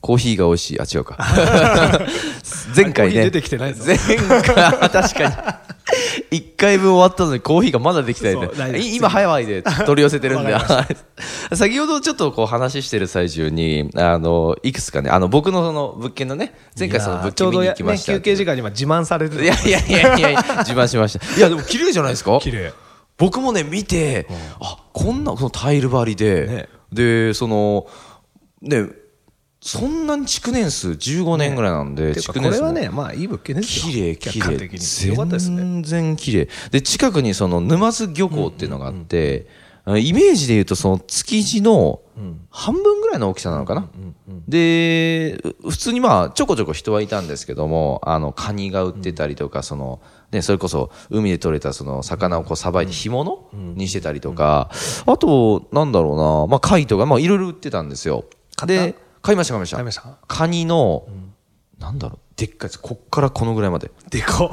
コーヒーが美味しい。あ、違うか。 前回コーヒねー出。てきてない ぞ前回、 確かに。一回分終わったのにコーヒーがまだできてないそう大んで。丈夫い今、ハワイで取り寄せてるんでわ。 先ほどちょっとこう話してる最中に、あの、いくつかね、あの、僕のその物件のね、前回そのいやー物ち件ょう見どにや行きまねした。休憩時間に今自慢されていやいやい やいやいや、自慢しました。いや、でも綺麗じゃないですか綺麗僕もね、見て、あ、こんな、そのタイル張りで、ねで、その、ね、そんなに築年数15年ぐらいなんで、てか築こ年れ数もはねまあいい物件ですよ綺麗綺客観的麗によかったですね全然綺麗で近くにその沼津漁港っていうのがあって、イメージで言うとその築地の半分ぐらいの大きさなのかな、で普通にまあちょこちょこ人はいたんですけどもあのカニが売ってたりとかその、ね、それこそ海で取れたその魚をこうさばいて干物にしてたりとか、あとなんだろうな、まあ、貝とかまあいろいろ売ってたんですよで買いました買いました買いましたカニの、なんだろう、でっかいやつ、こっからこのぐらいまで。でか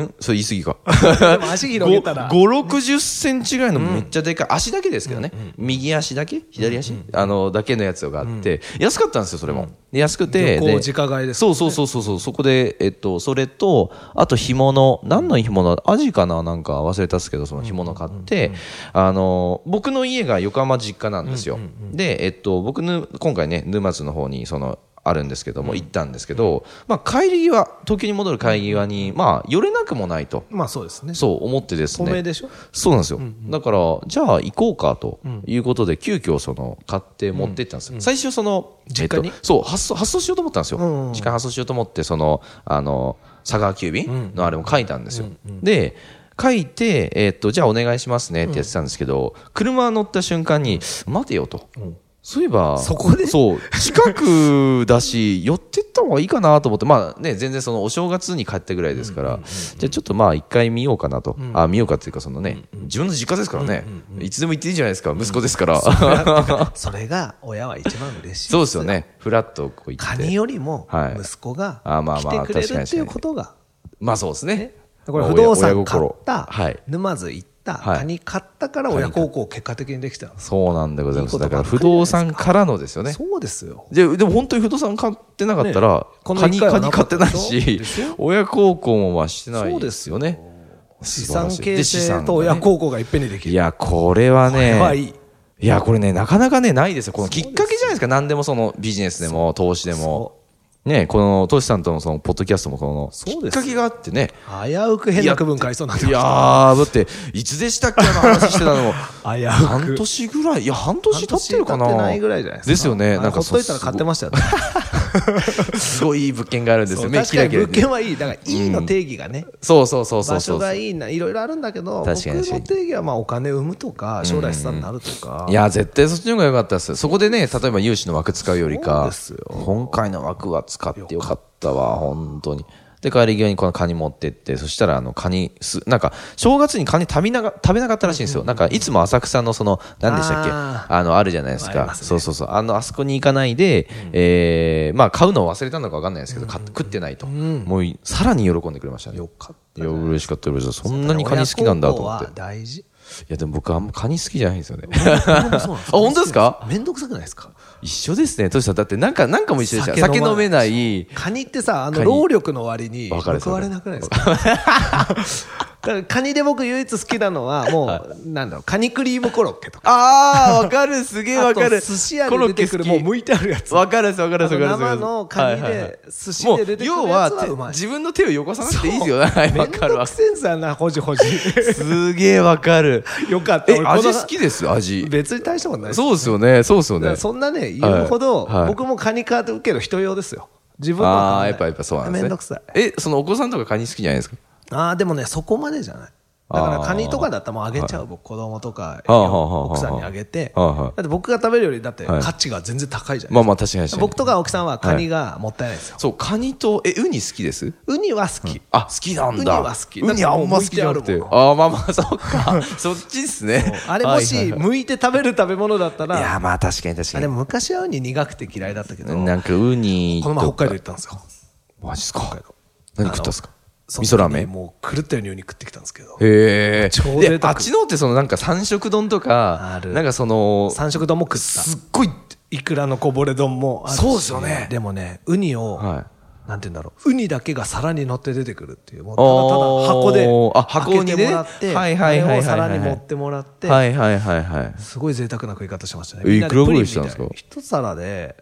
んそれ言い過ぎか。っでも足広げた5、ら60センチぐらいのめっちゃでかい、足だけですけどね、右足だけ左足、あの、だけのやつがあって、安かったんですよ、それも。で安くて。旅行で自家買いですそうそうそうそうそう、そこで、えっと、それと、あと干物、何の干物、アジかななんか忘れたっすけど、その干物買って、あの、僕の家が横浜実家なんですよ。で、えっと、僕の、今回ね、沼津の方に、その、あるんですけども、行ったんですけど、まあ、帰り際、東京に戻る帰り際に、まあ、寄れなくもないと、まあそうです ねそう思ってです透ね。 明でしょそうなんですよ、だからじゃあ行こうかということで、急遽その買って持って行ったんですよ、最初その実家にえっとそう発送発送しようと思ったんですよ、ん実家に発送しようと思ってそのあの佐川急便のあれも書いたんですよ、で書いて、えっと、じゃあお願いしますねってやってたんですけど、車乗った瞬間に、待てよと、そういえば、そこでそう、近くだし、寄ってった方がいいかなと思って、まあね、全然そのお正月に帰ったぐらいですから、じゃあちょっとまあ一回見ようかなと、あ見ようかっていうか、そのね、自分の実家ですからね、いつでも行っていいじゃないですか、息子ですから。それが親は一番嬉しいそうですよね、フラッとこう行カっニて。よりもはい息子があまあ来まあてくれ確かるにっていうことがまあそうですね。これ不動ま産あ買っ親た心はい。沼津行ったはいカニ買ったから親孝行結果的にできたんですそうなんでございまいす。いことだかばらっかり不じゃ動ないですか産からのですよね。そうですよででも本当に不動産買ってなかったら、ねこのカニ一回はカなニ買かっってたなでいしょしでしょ親孝行もまあしてないそうですよね資素晴産らしい形で資成産がとね親孝行がいっぺんにできるいやこれはねこれはいいいやこれねなかなかねないですよこのきっかけじゃないですか何でもそのビジネスでも投資でもねこのトシさんとのそのポッドキャストもこのきそうっですかけがあってね危うく変な区分買いそうになっいてましやたーだっていつでしたっけの話してたのも危うく半年ぐらいいや半年経ってるかな半年経ってないぐらいじゃないですかですよねあなんかほっといたら買ってましたよね すごいいい物件があるんですそよ う目確キかラにキラ物で件はいいだからいいの定義がねそうそうそうそう場そ所うそうがいいないろいろあるんだけど僕の確かに確かに定義はまあお金生むとか将来資産になるとかいや、絶対そっちの方が良かったです。そこでね、例えば融資の枠使うよりそうかですよ、今回の枠は使ってよかったわ、本当に。で、帰り際にこのカニ持ってって、そしたら、あの、カニ、す、なんか、正月にカニ食べなが、食べなかったらしいんですよ。なんか、いつも浅草のその、何でしたっけああの、あるじゃないですありか。ますねそうそうそう。あの、あそこに行かないで、えー、まあ、買うのを忘れたのか分かんないですけど、買っ食ってないと。もう、さらに喜んでくれましたね。よかったいや、嬉しかった、嬉しかった。そんなにカニ好きなんだと思って親孝行は。大事いや、でも僕、あんまカニ好きじゃないん ですよね。僕もそ うなんあ本当ですか面倒くさくないですか一緒ですね、トシさん。だって、なんか、なんかも一緒でした。酒酒飲ま飲なめいない。カニってさあカニの労力の割にわかる報われなくないですか だからカニで僕唯一好きなのはもうなんだろうカニクリームコロッケとかああ、わかる、すげえわかあとる。寿司屋で出てくるコロもうッケ好剥いてあるやつきわかるです、わかるあです、とわかるです。生のカニはいはいはいで寿司で出てくるもう、要やつはうは、まい自分の手を汚さなくていいですよ。はい、わかるわめんどく。せえんすよなほじほじすげえわかる。よかったえ、俺この味好きです、味。別に大したことないですそうですよね、そうですよだからね。そんなね言うほど、はいはい僕もカニカード受ける人用ですよ自分のは買あわあ、ないやっぱ、やっぱそうなんですね。めんどくさいえ、そのお子さんとかカニ好きじゃないですかああでもねそこまでじゃないだからあーカニとかだったらもうあげちゃう、僕子供とかあはあはあ奥さんにあげて、はいはいだって僕が食べるよりだってはい価値が全然高いじゃないですか、まあまあ確かに確かに僕とか青木さんはカニがもったいないですよ、そうカニとえウニ好きですウニは好き、あ好きなんだウニは好きウニあんま好きじゃなくてだってもう剥いてあるあーまあまあ そっかそっちですねあれもはいしはい剥いて食べる食べ物だったら、はいいやまあ確かに確あかでにも昔はウニ苦くて嫌いだったけどこなんかウニの前北海道行道ったんですよマジっすか北海道何食ったんすかあの味噌ラーメンその時にもう狂ったようにウニ食ってきたんですけどへえ超贅で沢あっちの方ってそのなんか三色丼とあかるなんかその三色丼も食ったすっごいいくらのこぼれ丼もあるしそうですよねでもねウニを、はなんて言うんだろうウニだけが皿に乗って出てくるっていうもうただおーただ箱であ箱開にねけてもらってはいはいはいはいはいあれを皿に持ってもらって、はいはいはいはいすごい贅沢な食い方しましたねえみんなくらぐらいプリンみしたんですかいな一皿で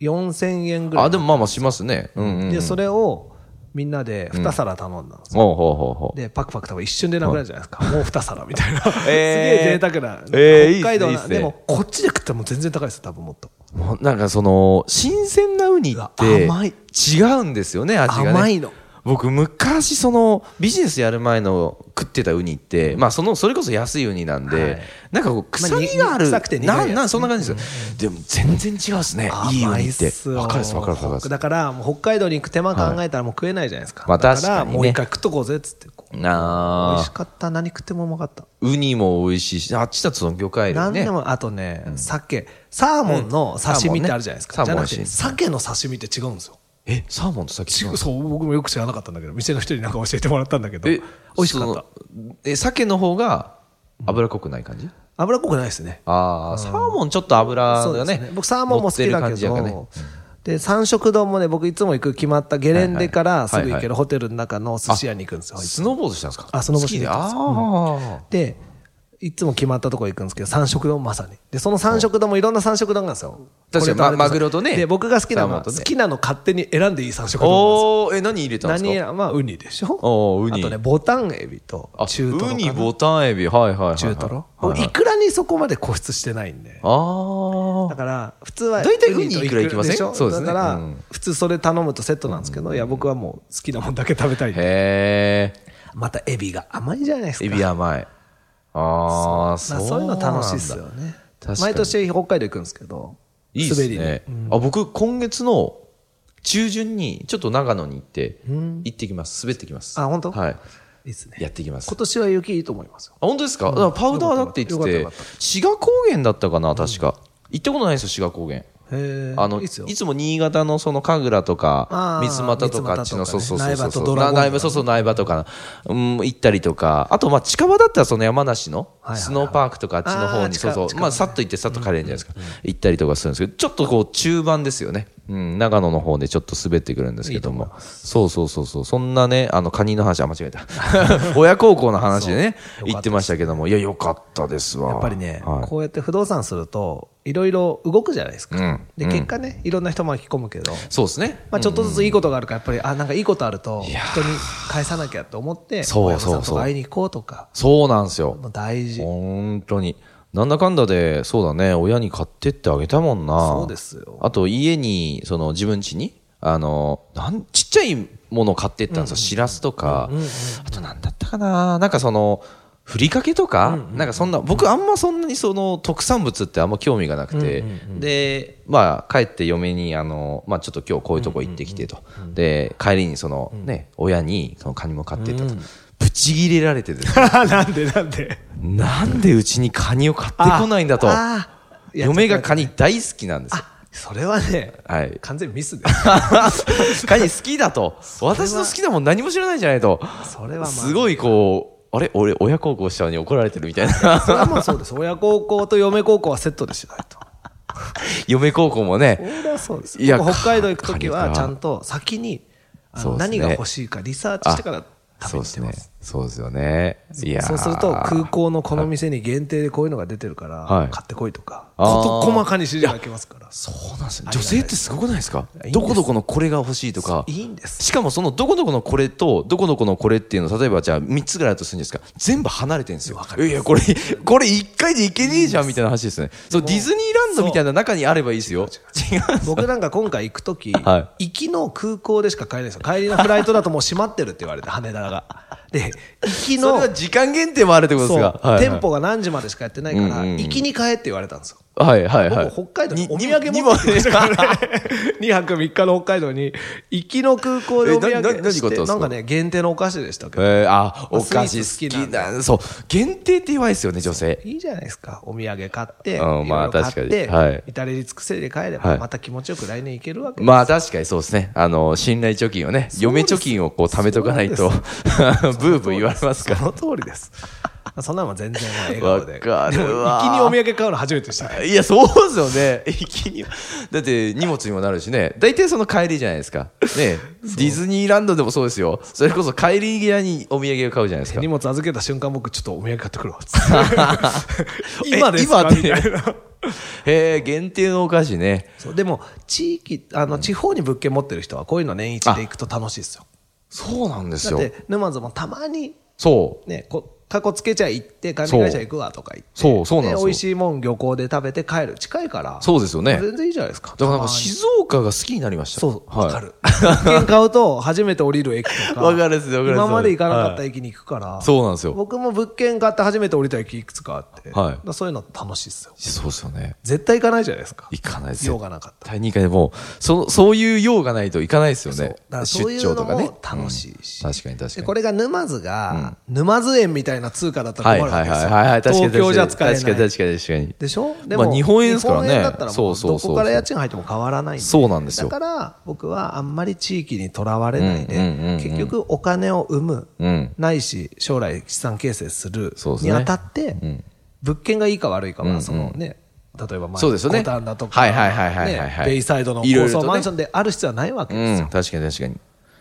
4000円ぐらいあでもまあまあしますねうんうんでそれをみんなで2皿頼んだんですよ、ほうほうほうほうでパクパク多分一瞬でなくなるじゃないですか、もう2皿みたいな、 す げえーえ贅沢な、えーいいっすね北海道ないいっすねでもこっちで食ったらもう全然高いですよ多分もっともうなんかその新鮮なウニってうわ甘い違うんですよね味がね甘いの僕昔そのビジネスやる前の食ってたウニってまあそのそれこそ安いウニなんで、はいなんかこう臭みがある、まあに臭くて苦いやつなねんなんそんな感じですよ、でも全然違うですねいいウ甘ニいってよわかるですわかるわかるだからもう北海道に行く手間考えたらもう食えないじゃないですか、まあだ確かにねもう一回食っとこうぜっつってこうあー美味しかった何食ってもうまかったウニも美味しいしあっちだとその魚介類何ねでもあとね、鮭サーモンの刺身ってあるじゃないですか、うんサーモンねじゃなくてサ鮭の刺身って違うんですよえサーモンと先違うそう僕もよく知らなかったんだけど店の人になんか教えてもらったんだけどえ美味しかったそのえ鮭の方が脂っこくない感じ、脂っこくないですねああサーモンちょっと脂そうがですねね僕サーモンも好きだ乗けってる感ど、じやからねで三色丼もね僕いつも行く決まったゲレンデからすぐ行はいけはるホテルの中の寿司屋に行くんですよ、いつもスノーボードしたんですかあスノボ好しきてでたんあですよあ、でいつも決まったとこ行くんですけど三色丼まさにでその三色丼もいろんな三色丼があるんですよ確かにこれあれまマグロとねで僕が好きなのはサーモンと好ねきなの勝手に選んでいい三色丼なんですよおおーえ何入れたんですか何やまあウニでしょおーウニあとねボタンエビとあ中トロかウなニボタンエビはいはいはい、はい、中トロ、はいはいいくらにそこまで固執してないんであだから普通は大体とウニいくらいきませんでしょそうですねだから、うん普通それ頼むとセットなんですけど、いや僕はもう好きなもんだけ食べたいんあでへまたエビが甘いじゃないですえかエビ甘いああまあそうそういうの楽しいっっすよね確かに毎年北海道行くんですけどいいです滑りにね、あ僕今月の中旬にちょっと長野に行って行ってきます滑ってきますあ本当はいいいですねやってきます今年は雪いいと思いますよあ本当ですか,、だからパウダーだって言ってよてかったよかっ志賀高原だったかな確か、行ったことないですよ志賀高原へーあのいいいっすよつも新潟のその神楽とかあー三俣とかあっちの三俣とかねそうそうそうそうそう苗場とドラゴンとかね苗場そうそう苗場とか、うん、行ったりとかあとまあ近場だったらその山梨のはいはいはいスノーパークとかあっちのあ方ーに近そうそう近場まあさっと行ってさっと帰れるんじゃないですか行ったりとかするんですけどちょっとこう中盤ですよねうん長野の方でちょっと滑ってくるんですけどもそうそうそうそうそんなねあのカニの話あ間違えた 親孝行の話でねそう行ってましたけどもいやよかったですわやっぱりね、はいこうやって不動産するといろいろ動くじゃないですか、うんでうん結果ねいろんな人巻き込むけど、そうですねまあ、ちょっとずついいことがあるからやっぱり、あなんかいいことあるといやー人に返さなきゃと思ってそうそうそう親御さんとか会いに行こうとかそうなんですよもう大事本当になんだかんだでそうだね親に買ってってあげたもんなそうで すよあと家にその自分家にあのなんちっちゃいものを買ってったんですよ、しらすとか、あとなんだったかななんかそのふりかけとか、なんかそんな僕あんまそんなにその特産物ってあんま興味がなくて、でまあ帰って嫁にあのまあちょっと今日こういうとこ行ってきてと、で帰りにそのね親にそのカニも買ってったと、ブチギレられてですねなんでなんでなんでうちにカニを買ってこないんだと。あーいや嫁がちょっカニ大好きなんですよ。とそれはね はい。完全にミスです カニ好きだと。私の好きなもん何も知らないじゃないと。それはまあすごいこう、あれ俺、親孝行したのに怒られてるみたい な。それはもうそうです親孝行と嫁孝行はセットでしないと嫁孝行もそね。れはそうですいや僕北海道行く時カニはかちゃんと先にあそうのですね何が欲しいかリサーチしてから食そべうでに行っすてねます。そうですよね。いやーそうすると空港のこの店に限定でこういうのが出てるからはい買ってこいとかあー事細かに指示が来ますからそうなんですね。女性ってすごくないですかいですどこどこのこれが欲しいとか。いいんですしかもそのどこどこのこれとどこどこのこれっていうの例えばじゃあ3つぐらいだとするんですか全部離れてるんですよわかりますいやこれ これ1回でいけねえじゃんみたいな話ですねそうディズニーランドみたいな中にあればいいですよ違う僕なんか今回行く 時は行きの空港でしか帰れないんですよ帰りのフライトだともう閉まってるって言われて羽田がで行きそれのは時間限定もあるってことですかそう店舗がが何時までしかやってないからうんうんうん行きに帰って言われたんですよはいはいはい僕北海道ににお土産持ってきましたからね2泊3日の北海道に行きの空港でお土えなな産何し買ったんですてかなんかね限定のお菓子でしたけ どえー、あお菓ス子イー好ツ好ききなんなそう限定って弱いですよね女性いいじゃないですかお土産買ってうんまあいろいろ買って確かにはい至れり尽くせりで帰れはばいまた気持ちよく来年行けるわけですまあ確かにそうですね。あの、信頼貯金をね、嫁貯金をこう貯めとかないと、 ブーブー言われますかその通りですそんなのは全然もう笑ら。わ顔でかでもるわ。一気にお土産買うの初めてでしたねいや、そうですよね。 一気に。だって荷物にもなるしね。大体その帰りじゃないですか。ね。ディズニーランドでもそうですよ。それこそ帰り際にお土産を買うじゃないですか荷。物預けた瞬間僕ちょっとお土産買ってく るわっつって 今ですかえみたいな へえ、限定のお菓子ね。そうでも地域あの地方に物件持ってる人はこういうの年一で行くと楽しいですよそうなんですだっよ。て沼津もたまにそう。ねこかこつけちゃいって管理会社行くわとか言ってそうそうなんですよ美味しいもん漁港で食べて帰る近いからそうですよね。全然いいじゃないですかだからなんたまかに静岡が好きになりました。そう、はいわかる。物件買うと、初めて降りる駅とか。わかるっすわかるっす今まで行かなかった駅に行くから。そうなんですよ僕も物件買って初めて降りた駅いくつかあって。はいだからそういうの楽しいっすよ。そうですよね。絶対行かないじゃないですか。行かないです用よ。がなかった。第2回でもうそそういう用がないといかないですよそうねだからそう出い張うとのかねも楽しいし。うん確かに確かでにこれが沼津が、沼津園みたいな通貨だったらはい困るはわいけですはいよ。はいはい確かに東京じゃ使えない。確かに確かに確かにでしょまあ日本円ですからね日本円だったらそもううそうそうどそうこから家賃入っても変わらないでそうなんですよだから僕はあんまり地域にとらわれないで、うんうんうんうん結局お金を生む、うんないし将来資産形成するそうですねにあたって、ん物件がいいか悪いかは、うんうんそのね例えばまあそうですよね五反田とか、はいはいはいはいはいねベイサイドのいろ高いろと層ねマンションである必要はないわけですうよん、確かに確かに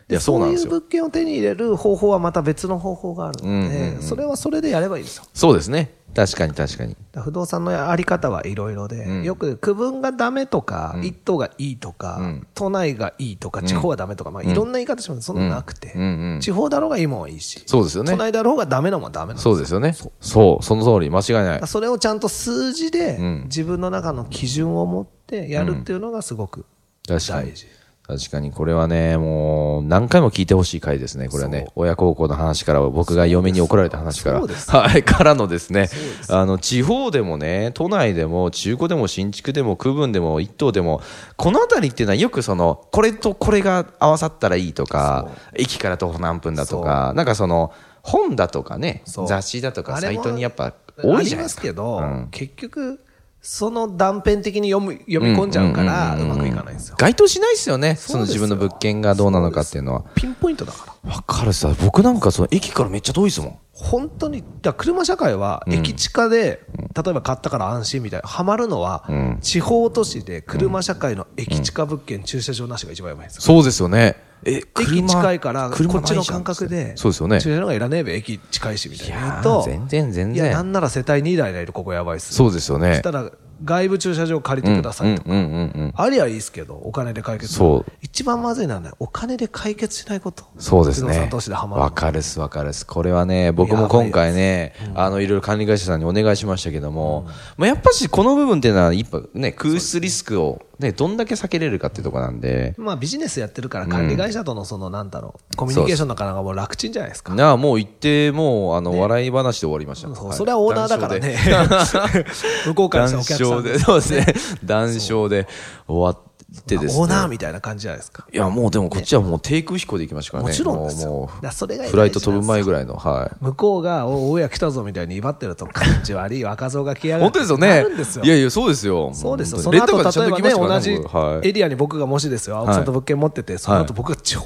いでやそうなんですそういよう物件を手に入れる方法はまた別の方法があるので、うんうんうんそれはそれでやればいいですよそうですね確かに確かにだから不動産のあり方はいろいろで、んよく区分がダメとか、一等がいいとか、ん都内がいいとか、地方はダメとか、まあ、いろんな言い方しますそんなのなくて、うんうん地方だろうがいいもんはいいし、そうですよね都内だろうがダメなもんはダメなんですそうですよねそうその通り間違いないだからそれをちゃんと数字で、ん自分の中の基準を持ってやるっていうのがすごく大確かに事。確かにこれはねもう何回も聞いてほしい回ですねこれはねそう親孝行の話から僕が嫁に怒られた話からそうですはいからのですねあの地方でもね都内でも中古でも新築でも区分でも一棟でもこの辺りっていうのはよくそのこれとこれが合わさったらいいとか駅から徒歩何分だとかなんかその本だとかねそう雑誌だとかあれサイもトにやっぱ多いじゃないですあかりますけど、うん結局、その断片的に読む読み込んじゃうから、うまくいかないんですよ。該当しないですよねそそのうです自よ分の物件がどうなのかっていうのはピンポイントだから。わかるさ僕なんかその駅からめっちゃ遠いですもん本当に、だから車社会は、駅地下で、例えば買ったから安心みたいな、ハマるのは、ん地方都市で車社会の駅地下物件、駐車場なしが一番やばいんですよ。そうですよね。え、駅近いから、こ車っちなのいじゃん感覚で、そうですよね。駐車場がいらねえべ、駅近いし、みたいな。言ういやーと、全然全然いや、なんなら世帯2台がいる、ここやばいっす。そうですよそねし。たら、外部駐車場借りてくださいとか。うんうんうんうん。ありゃいいですけど、お金で解決そう一番まずいのはね、お金で解決しないこと。そうです不動ね産投資でハ。マるのわかるっす、わかるっす。これはね、僕も今回ね、あの、いろいろ管理会社さんにお願いしましたけども、まあ、やっぱしこの部分っていうのは、一歩ね、空室リスクをね、どんだけ避けれるかっていうところなんで、まあビジネスやってるから管理会社とのそのなんだろう、コミュニケーションのかながもう楽ちんじゃないですか。なあ、もう行って、もう、あの、笑い話で終わりました。そうはいそれはオーナーだからね。 向こうからしたら談笑お客さんで、で。そうですね。談笑で終わってですね。オーナーみたいな感じじゃないですか。いや、もうでもこっちはもう低空飛行で行きましたからね。もちろんですよもうだからそれがフライト飛ぶ前ぐらいの、は向こうが、おおや来たぞみたいに威張ってると、感じ悪い若造が来やい。が本当る。ですよねなるんですよ。いやいや、そうですよ。そうですよ。そ本当にレンの後、タカー例えばね、ちゃんと行同きじましたからエねリアに僕がもしですよ、青木さんと物件持ってて、その後僕が超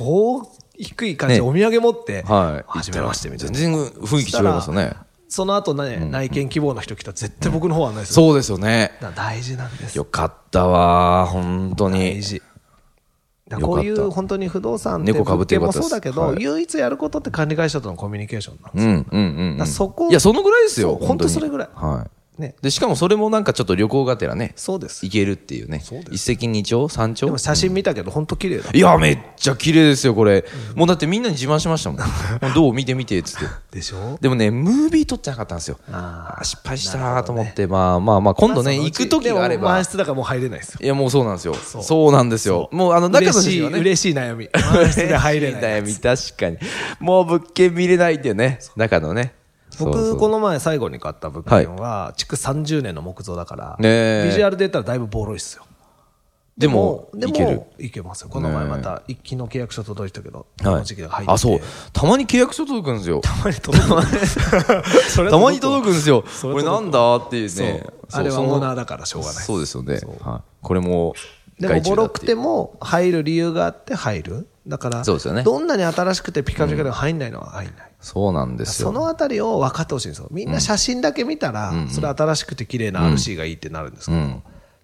低い感じでねお土産持って、僕はい。はい。初めましてみたいな。全然雰囲気違いますよね。その後ね、内見希望の人来たら絶対僕の方はないですよ。そうですよね。だから大事なんですよかったわ、本当に大。事よからっだかたこういう本当に不動産って猫被物って件よかっもたですそうだけど、はい唯一やることって管理会社とのコミュニケーションなんですうん、うん、うん。だからそこいや、そのぐらいですよ。そう本当に本当それぐらいはねでしかもそれもなんかちょっと旅行がてらねそうです行けるっていうねそうです一石二鳥三で鳥も写真見たけど本当綺麗だいやめっちゃ綺麗ですよこれ、もうだってみんなに自慢しましたもん どう見て見てっつってでしょでもねムービー撮ってなかったんですよああー失敗したなと思って、まあまあまあ今度ね行く時があれでもば満室だからもう入れないですよいやもうそうなんですよそそううなんですよもうあの中の嬉写し真いはね嬉しい悩み満室で入れないいみ確かにもう物件見れないってね中のねそうそ僕うこの前最後に買った物件は築30年の木造だからビねえジュアルで言ったらだいぶボロいっすよでもでいけるいけますよこの前また一期の契約書届いたけどこはのい時期が入っててあそうたまに契約書届くんですよたまに届く それたまに届くくんですよそれこ届れくなんだっていうねそうそうあれはそのオーナーだからしょうがないそうですよねそうはいこれもでもボ中だロっくてても入る理由があって入るだからそうですよねどんなに新しくてピカピカでも入んないのは入んないそうなんですそよのあたりを分かってほしいんですよ。みんな写真だけ見たら、それ新しくて綺麗な RC がいいってなるんですけど、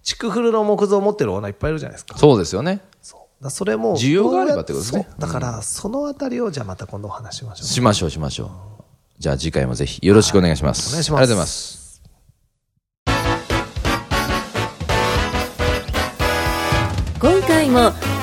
築古の木造を持ってるオーナーいっぱいいるじゃないですか。そうですよねそうだからそれも。需要があればってことですねそうだから、そのあたりを、じゃあまた今度お話しましょう。しましょうしましょうじゃあ次回もぜひよろしくお願いしますお願いしますありがとうございます今回も